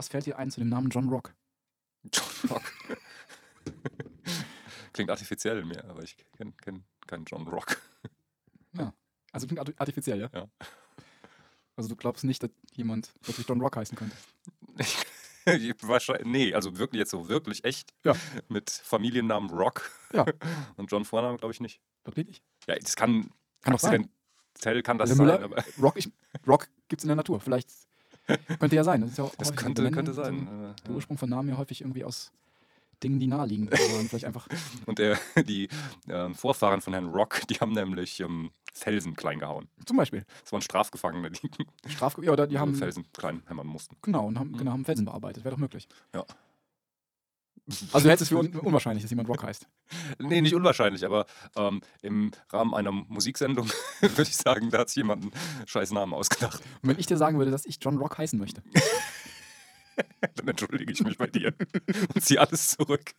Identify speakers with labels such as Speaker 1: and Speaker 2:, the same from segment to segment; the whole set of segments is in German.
Speaker 1: fällt dir ein zu dem Namen John Rock?
Speaker 2: John Rock. Klingt artifiziell mehr, aber ich kenne kenn keinen John Rock.
Speaker 1: Ja. Also klingt arti- artifiziell, ja?
Speaker 2: Ja.
Speaker 1: Also du glaubst nicht, dass jemand wirklich John Rock heißen könnte.
Speaker 2: Wahrscheinlich, nee, also wirklich jetzt so wirklich echt
Speaker 1: Ja.
Speaker 2: mit Familiennamen Rock
Speaker 1: Ja.
Speaker 2: und John Vorname glaube ich nicht.
Speaker 1: Wirklich nicht?
Speaker 2: Ja, das kann
Speaker 1: Kann doch sein.
Speaker 2: accidental kann das
Speaker 1: Oder
Speaker 2: sein,
Speaker 1: Müller- Oh,
Speaker 2: aber
Speaker 1: Rock, ich, Rock gibt es in der Natur. Vielleicht könnte ja sein. Das, ist ja auch
Speaker 2: das
Speaker 1: häufig so.
Speaker 2: könnte,
Speaker 1: Wenn-
Speaker 2: könnte
Speaker 1: so
Speaker 2: sein. Äh,
Speaker 1: Der Ursprung von Namen ja häufig irgendwie aus Dingen, die naheliegen. sondern vielleicht einfach
Speaker 2: Und der, die ähm, Vorfahren von Herrn Rock, die haben nämlich ähm, Felsen klein gehauen.
Speaker 1: zum Beispiel
Speaker 2: Das waren Strafgefangene, die
Speaker 1: Straf ja, oder die haben
Speaker 2: Felsen klein hämmern mussten.
Speaker 1: genau und haben,
Speaker 2: Mhm.
Speaker 1: genau, haben Felsen bearbeitet. Wäre doch möglich.
Speaker 2: Ja.
Speaker 1: Also du hältst es für un unwahrscheinlich, dass jemand Rock heißt.
Speaker 2: Nee, nicht unwahrscheinlich, aber ähm, im Rahmen einer Musiksendung würde ich sagen, da hat sich jemand einen scheiß Namen ausgedacht.
Speaker 1: Und wenn ich dir sagen würde, dass ich John Rock heißen möchte,
Speaker 2: Dann entschuldige ich mich bei dir und ziehe alles zurück.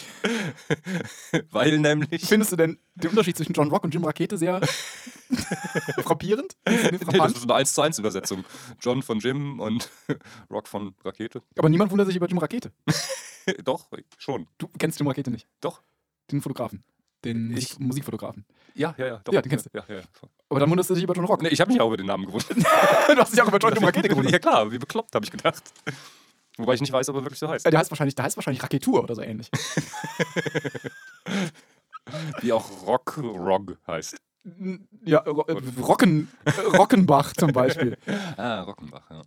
Speaker 2: Weil nämlich.
Speaker 1: findest du denn den Unterschied zwischen John Rock und Jim Rakete sehr frappierend?
Speaker 2: Nee, das ist eine 1 zu 1 Übersetzung. John von Jim und Rock von Rakete.
Speaker 1: Aber niemand wundert sich über Jim Rakete.
Speaker 2: Doch, schon.
Speaker 1: Du kennst Jim Rakete nicht.
Speaker 2: Doch.
Speaker 1: Den Fotografen. Den
Speaker 2: Ich-
Speaker 1: Musik- Musikfotografen.
Speaker 2: Ja, ja, ja. Doch.
Speaker 1: Ja, den kennst
Speaker 2: ja, ja, ja.
Speaker 1: Aber dann wunderst du dich über John Rock.
Speaker 2: Nee, ich habe mich auch über den Namen gewundert.
Speaker 1: du hast dich auch über John Jim Rakete gewundert.
Speaker 2: ja, klar, wie bekloppt, habe ich gedacht. Wobei ich nicht weiß, ob er wirklich so heißt.
Speaker 1: Ja, Der heißt wahrscheinlich, der heißt wahrscheinlich Raketur oder so ähnlich.
Speaker 2: Wie auch Rock Rog heißt.
Speaker 1: Ja,
Speaker 2: oh
Speaker 1: Ro äh, Rocken, äh, Rockenbach zum Beispiel.
Speaker 2: Ah, Rockenbach, ja.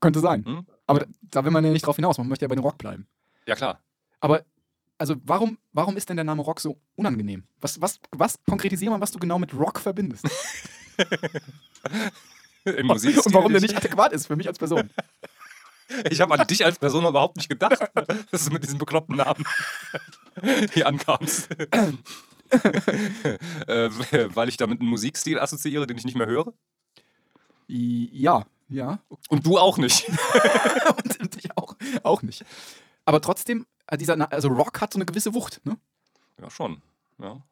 Speaker 1: Könnte sein.
Speaker 2: Hm?
Speaker 1: Aber da, da will man ja nicht drauf hinaus. Man möchte ja bei den Rock bleiben.
Speaker 2: Ja, klar.
Speaker 1: Aber, also, warum, warum ist denn der Name Rock so unangenehm? Was, was, was konkretisier mal, was du genau mit Rock verbindest?
Speaker 2: Im
Speaker 1: Und
Speaker 2: Musikstil
Speaker 1: warum der nicht adäquat ist für mich als Person.
Speaker 2: Ich habe an dich als Person überhaupt nicht gedacht, dass du mit diesem bekloppten Namen hier ankamst. äh, weil ich damit einen Musikstil assoziiere, den ich nicht mehr höre.
Speaker 1: I- Ja, ja.
Speaker 2: Und du auch nicht.
Speaker 1: Und, und ich auch, auch nicht. Aber trotzdem, äh, dieser, Na- also Rock hat so eine gewisse Wucht, ne?
Speaker 2: Ja, schon. Ja.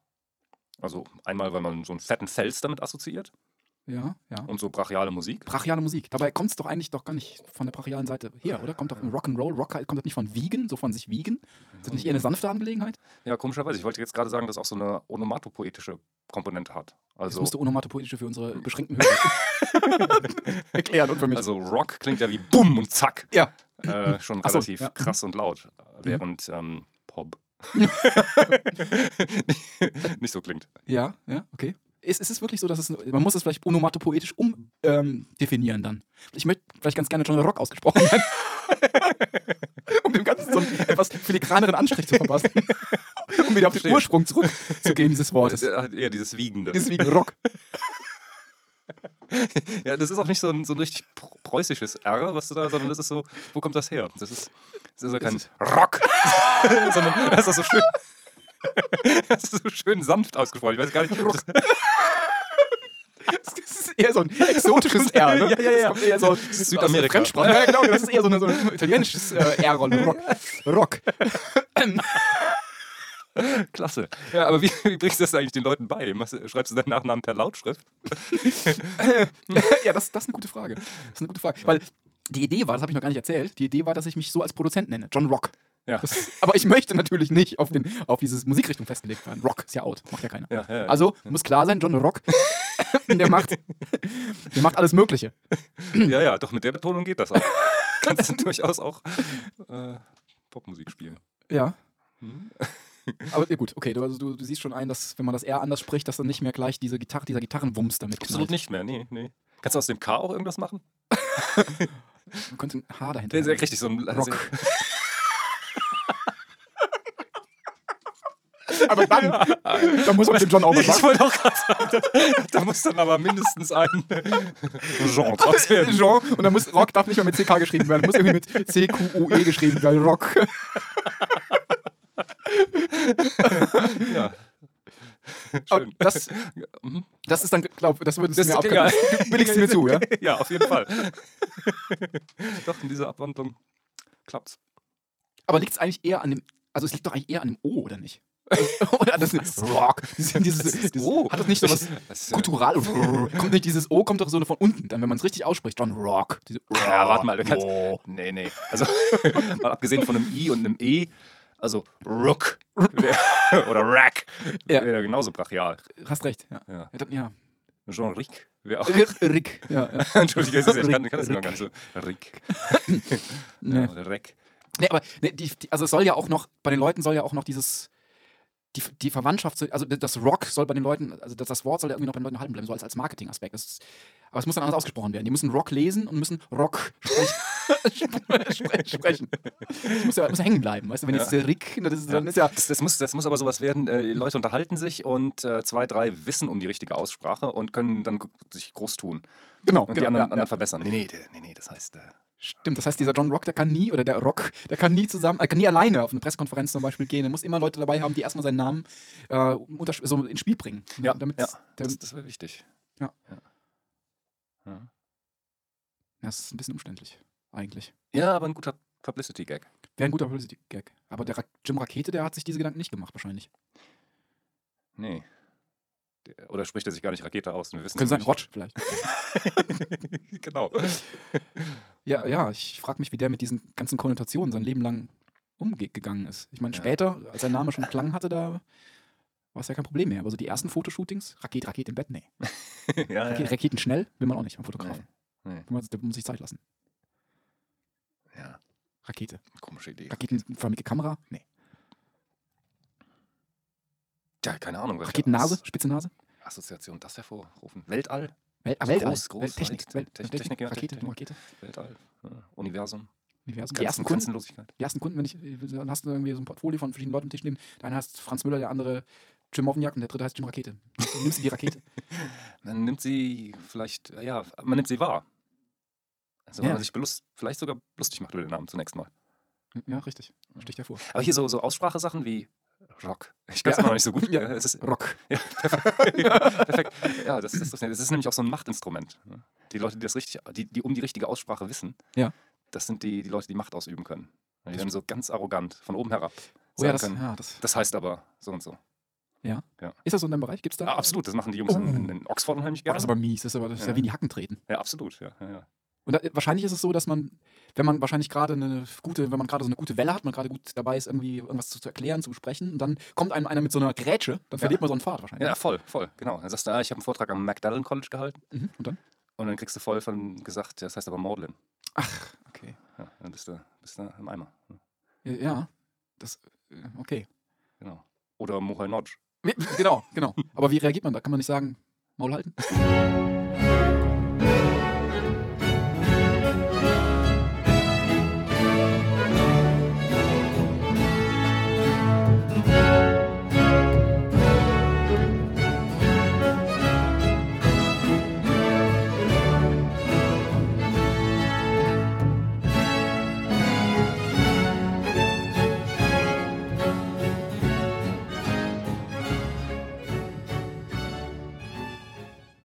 Speaker 2: Also einmal, weil man so einen fetten Fels damit assoziiert
Speaker 1: Ja, ja.
Speaker 2: und so brachiale Musik.
Speaker 1: Brachiale Musik. Dabei kommt es doch eigentlich doch gar nicht von der brachialen Seite her, oder? Kommt doch Rock'n'Roll, Rock kommt das nicht von Wiegen, so von sich wiegen? Ist das nicht eher eine sanfte Angelegenheit?
Speaker 2: Ja, komischerweise. Ich wollte jetzt gerade sagen, dass auch so eine onomatopoetische Komponente hat.
Speaker 1: Das
Speaker 2: Also,
Speaker 1: musst du onomatopoetische für unsere beschränkten Hörer erklären und für mich.
Speaker 2: also Rock klingt ja wie Bumm und Zack.
Speaker 1: ja,
Speaker 2: Äh, schon
Speaker 1: Ach so,
Speaker 2: relativ
Speaker 1: ja. mhm.
Speaker 2: krass und laut. Während ähm, Pop nicht so klingt.
Speaker 1: ja, ja, okay. Ist, ist es wirklich so, dass es, man muss es vielleicht onomatopoetisch umdefinieren ähm, definieren dann? Ich möchte vielleicht ganz gerne John Rock ausgesprochen werden. um dem Ganzen so einen etwas filigraneren Anstrich zu verpassen. um wieder auf den
Speaker 2: Verstehe.
Speaker 1: Ursprung zurückzugehen dieses
Speaker 2: Das
Speaker 1: Wortes.
Speaker 2: ist halt eher dieses Wiegende.
Speaker 1: Deswegen Rock.
Speaker 2: Ja, das ist auch nicht so ein, so ein richtig pr- preußisches R, was du da, sondern das ist so, wo kommt das her? Das ist, das ist ja kein
Speaker 1: Das
Speaker 2: Rock, sondern das ist so schön. Das ist so schön sanft ausgesprochen. Ich weiß gar nicht. ob Das,
Speaker 1: Das ist eher so ein exotisches R, ne?
Speaker 2: Ja, ja, ja.
Speaker 1: Das kommt eher so
Speaker 2: ist Südamerika.
Speaker 1: aus der Fremdsprache. Ja, genau, das ist eher so, eine, so ein italienisches äh, R-Rolle. Rock. Rock.
Speaker 2: klasse. Ja, aber wie, wie bringst du das eigentlich den Leuten bei? Machst du- Schreibst du deinen Nachnamen per Lautschrift?
Speaker 1: ja, das, das ist eine gute Frage. Das ist eine gute Frage. Weil die Idee war, das habe ich noch gar nicht erzählt, die Idee war, dass ich mich so als Produzent nenne. John Rock.
Speaker 2: Ja.
Speaker 1: Das, aber ich möchte natürlich nicht auf, den, auf diese Musikrichtung festgelegt werden. Rock ist ja out, macht ja keiner.
Speaker 2: Ja, ja, ja.
Speaker 1: Also muss klar sein, John Rock, der macht, der macht alles Mögliche.
Speaker 2: Ja, ja, doch mit der Betonung geht das auch. Kannst du durchaus auch äh, Popmusik spielen.
Speaker 1: Ja.
Speaker 2: Mhm.
Speaker 1: Aber ja, gut, okay, du, also, du, du siehst schon ein, dass wenn man das eher anders spricht, dass dann nicht mehr gleich diese Gitarre, dieser Gitarrenwumms damit
Speaker 2: Absolut nicht mehr, nee, nee. Kannst du aus dem K auch irgendwas machen?
Speaker 1: nicht. Man könnte ein Haar dahinter.
Speaker 2: Der ist ja
Speaker 1: haben.
Speaker 2: richtig so ein also,
Speaker 1: Rock. Aber dann, dann muss man den John auch was
Speaker 2: Ich
Speaker 1: machen.
Speaker 2: wollte auch gerade sagen, oh, da muss dann aber mindestens ein Genre draus werden.
Speaker 1: Jean, und dann muss Rock darf nicht mehr mit CK geschrieben werden, muss irgendwie mit CQUE E geschrieben werden, Rock.
Speaker 2: Ja.
Speaker 1: Aber
Speaker 2: Schön.
Speaker 1: das, mhm. das ist dann, glaub, das würdest du
Speaker 2: Das
Speaker 1: mir
Speaker 2: ist
Speaker 1: abgeben.
Speaker 2: egal.
Speaker 1: Du billigst mir zu, ja?
Speaker 2: Ja, auf jeden Fall. Doch, in dieser Abwandlung klappt's.
Speaker 1: Aber liegt es eigentlich eher an dem, also es liegt doch eigentlich eher an dem O, oder nicht? Oder das ist Rock. Dieses, dieses, dieses,
Speaker 2: O.
Speaker 1: Hat das nicht so was
Speaker 2: Das ist, äh,
Speaker 1: Kultural. kommt nicht dieses O, kommt doch so von unten, dann, wenn man es richtig ausspricht. John Rock. Diese,
Speaker 2: Ja, warte mal, du kannst-
Speaker 1: Oh.
Speaker 2: Nee, nee. Also, mal abgesehen von einem I und einem E, also Rook wär- oder Rack
Speaker 1: Ja.
Speaker 2: wäre genauso brachial.
Speaker 1: Hast recht. Ja.
Speaker 2: Ja.
Speaker 1: Ja, dann- ja.
Speaker 2: Jean Rick wäre auch.
Speaker 1: Rick. Ja, ja.
Speaker 2: Entschuldige, es ist- ich kann,
Speaker 1: Rick,
Speaker 2: kann das noch
Speaker 1: Rick.
Speaker 2: gar nicht so. Rick.
Speaker 1: Nee.
Speaker 2: Ja, oder Rack.
Speaker 1: Nee, aber nee, die, die, also es soll ja auch noch, bei den Leuten soll ja auch noch dieses, die, die Verwandtschaft, so- also das Rock soll bei den Leuten, also das, das Wort soll ja irgendwie noch bei den Leuten erhalten bleiben, so als, als Marketingaspekt. Das ist- Aber es muss dann anders ausgesprochen werden. Die müssen Rock lesen und müssen Rock sprechen. Spre- sprechen. Das muss ja, muss ja hängen bleiben, weißt du? Wenn
Speaker 2: Ja.
Speaker 1: jetzt äh, Rick, das ist, dann ist ja.
Speaker 2: Das, das, muss, das muss aber sowas werden, äh, die Leute unterhalten sich und äh, zwei, drei wissen um die richtige Aussprache und können dann g- sich groß tun
Speaker 1: Genau,
Speaker 2: und
Speaker 1: genau
Speaker 2: die anderen,
Speaker 1: ja, ja.
Speaker 2: anderen verbessern. Nee, nee, der- nee, nee, das heißt, äh,
Speaker 1: Stimmt, das heißt, dieser John Rock, der kann nie, oder der Rock, der kann nie zusammen, er kann nie alleine auf eine Pressekonferenz zum Beispiel gehen. Er muss immer Leute dabei haben, die erstmal seinen Namen äh, untersch- so ins Spiel bringen. ne?
Speaker 2: ja,
Speaker 1: damit,
Speaker 2: ja
Speaker 1: damit,
Speaker 2: das, das wäre wichtig.
Speaker 1: Ja.
Speaker 2: Ja.
Speaker 1: das ist ein bisschen umständlich, eigentlich.
Speaker 2: ja, aber ein guter Publicity-Gag.
Speaker 1: Wäre ein guter Publicity-Gag. Aber der Ra Jim Rakete, der hat sich diese Gedanken nicht gemacht, wahrscheinlich.
Speaker 2: Nee. Der- Oder spricht er sich gar nicht Rakete aus? Wir wissen
Speaker 1: Könnte sein,
Speaker 2: es
Speaker 1: Rotsch vielleicht.
Speaker 2: nicht. genau.
Speaker 1: Ja, ja, ich frage mich, wie der mit diesen ganzen Konnotationen sein Leben lang umgegangen ist. Ich meine,
Speaker 2: Ja.
Speaker 1: später, als sein Name schon Klang hatte, da war es ja kein Problem mehr. Aber so die ersten Fotoshootings, Rakete, Rakete im Bett, nee.
Speaker 2: ja,
Speaker 1: Rakete,
Speaker 2: ja.
Speaker 1: Raketen schnell will man auch nicht am Fotografen.
Speaker 2: Nee, nee.
Speaker 1: Wenn man- Da muss ich Zeit lassen.
Speaker 2: ja,
Speaker 1: Rakete.
Speaker 2: komische Idee.
Speaker 1: Raketenförmige Kamera, nee.
Speaker 2: Ja, keine Ahnung. welche
Speaker 1: Raketennase,
Speaker 2: As-
Speaker 1: spitze Nase.
Speaker 2: Assoziation, das hervorrufen. Weltall.
Speaker 1: Wel ah,
Speaker 2: Groß,
Speaker 1: Weltall,
Speaker 2: groß,
Speaker 1: Welt- Technik,
Speaker 2: leicht.
Speaker 1: Welt,
Speaker 2: Technik,
Speaker 1: Technik,
Speaker 2: ja,
Speaker 1: Rakete,
Speaker 2: Technik.
Speaker 1: Rakete,
Speaker 2: Weltall. Ja. Universum.
Speaker 1: Universum. Die
Speaker 2: Grenzen-
Speaker 1: ersten Kunden,
Speaker 2: Grenzenlosigkeit.
Speaker 1: die ersten Kunden, wenn ich, dann hast du irgendwie so ein Portfolio von verschiedenen Leuten am Tisch nehmen. Der eine heißt Franz Müller, der andere Jim Movniak und der dritte heißt Jim Rakete. Du nimmst du die Rakete?
Speaker 2: Man nimmt sie vielleicht, ja, man nimmt sie wahr. Also,
Speaker 1: Ja.
Speaker 2: man sich belust, vielleicht sogar lustig macht über den Namen zunächst mal.
Speaker 1: Ja, richtig. Sticht hervor.
Speaker 2: Aber hier so, so Aussprachesachen wie Rock. Ich kann es
Speaker 1: Ja.
Speaker 2: noch nicht so gut.
Speaker 1: Ja.
Speaker 2: Ja. Es ist,
Speaker 1: Rock.
Speaker 2: Perfekt. Ja, das, das, das, das ist nämlich auch so ein Machtinstrument. ne? Die Leute, die das richtig, die, die um die richtige Aussprache wissen,
Speaker 1: Ja.
Speaker 2: das sind die, die Leute, die Macht ausüben können. Die werden so ganz arrogant von oben herab
Speaker 1: Oh ja,
Speaker 2: sagen
Speaker 1: das,
Speaker 2: können.
Speaker 1: ja, das.
Speaker 2: Das heißt aber so und so.
Speaker 1: Ist das so in deinem Bereich? Gibt's da? Oh.
Speaker 2: Ja, absolut, das machen die Jungs in, in, in Oxford unheimlich
Speaker 1: Boah,
Speaker 2: gerne.
Speaker 1: das ist aber mies. Das ist, aber, das ist ja.
Speaker 2: Ja.
Speaker 1: wie in die Hacken treten.
Speaker 2: ja, absolut. Ja, ja, ja.
Speaker 1: Und da, wahrscheinlich ist es so, dass man, wenn man wahrscheinlich gerade eine gute, wenn man gerade so eine gute Welle hat, man gerade gut dabei ist, irgendwie irgendwas zu, zu erklären, zu besprechen, und dann kommt einem einer mit so einer Grätsche, dann verliert man so einen Pfad wahrscheinlich.
Speaker 2: ja voll, voll, genau. Dann sagst du, ah, ich habe einen Vortrag am Magdalen College gehalten
Speaker 1: Mhm. Und dann?
Speaker 2: und dann kriegst du voll von gesagt, das heißt aber Maudlin.
Speaker 1: Ach, okay.
Speaker 2: Ja, dann bist du, bist du im Eimer.
Speaker 1: Ja, ja. das, äh, okay.
Speaker 2: Genau. Oder Mohai Nodge.
Speaker 1: Genau, genau. Aber wie reagiert man da? Kann man nicht sagen, Maul halten?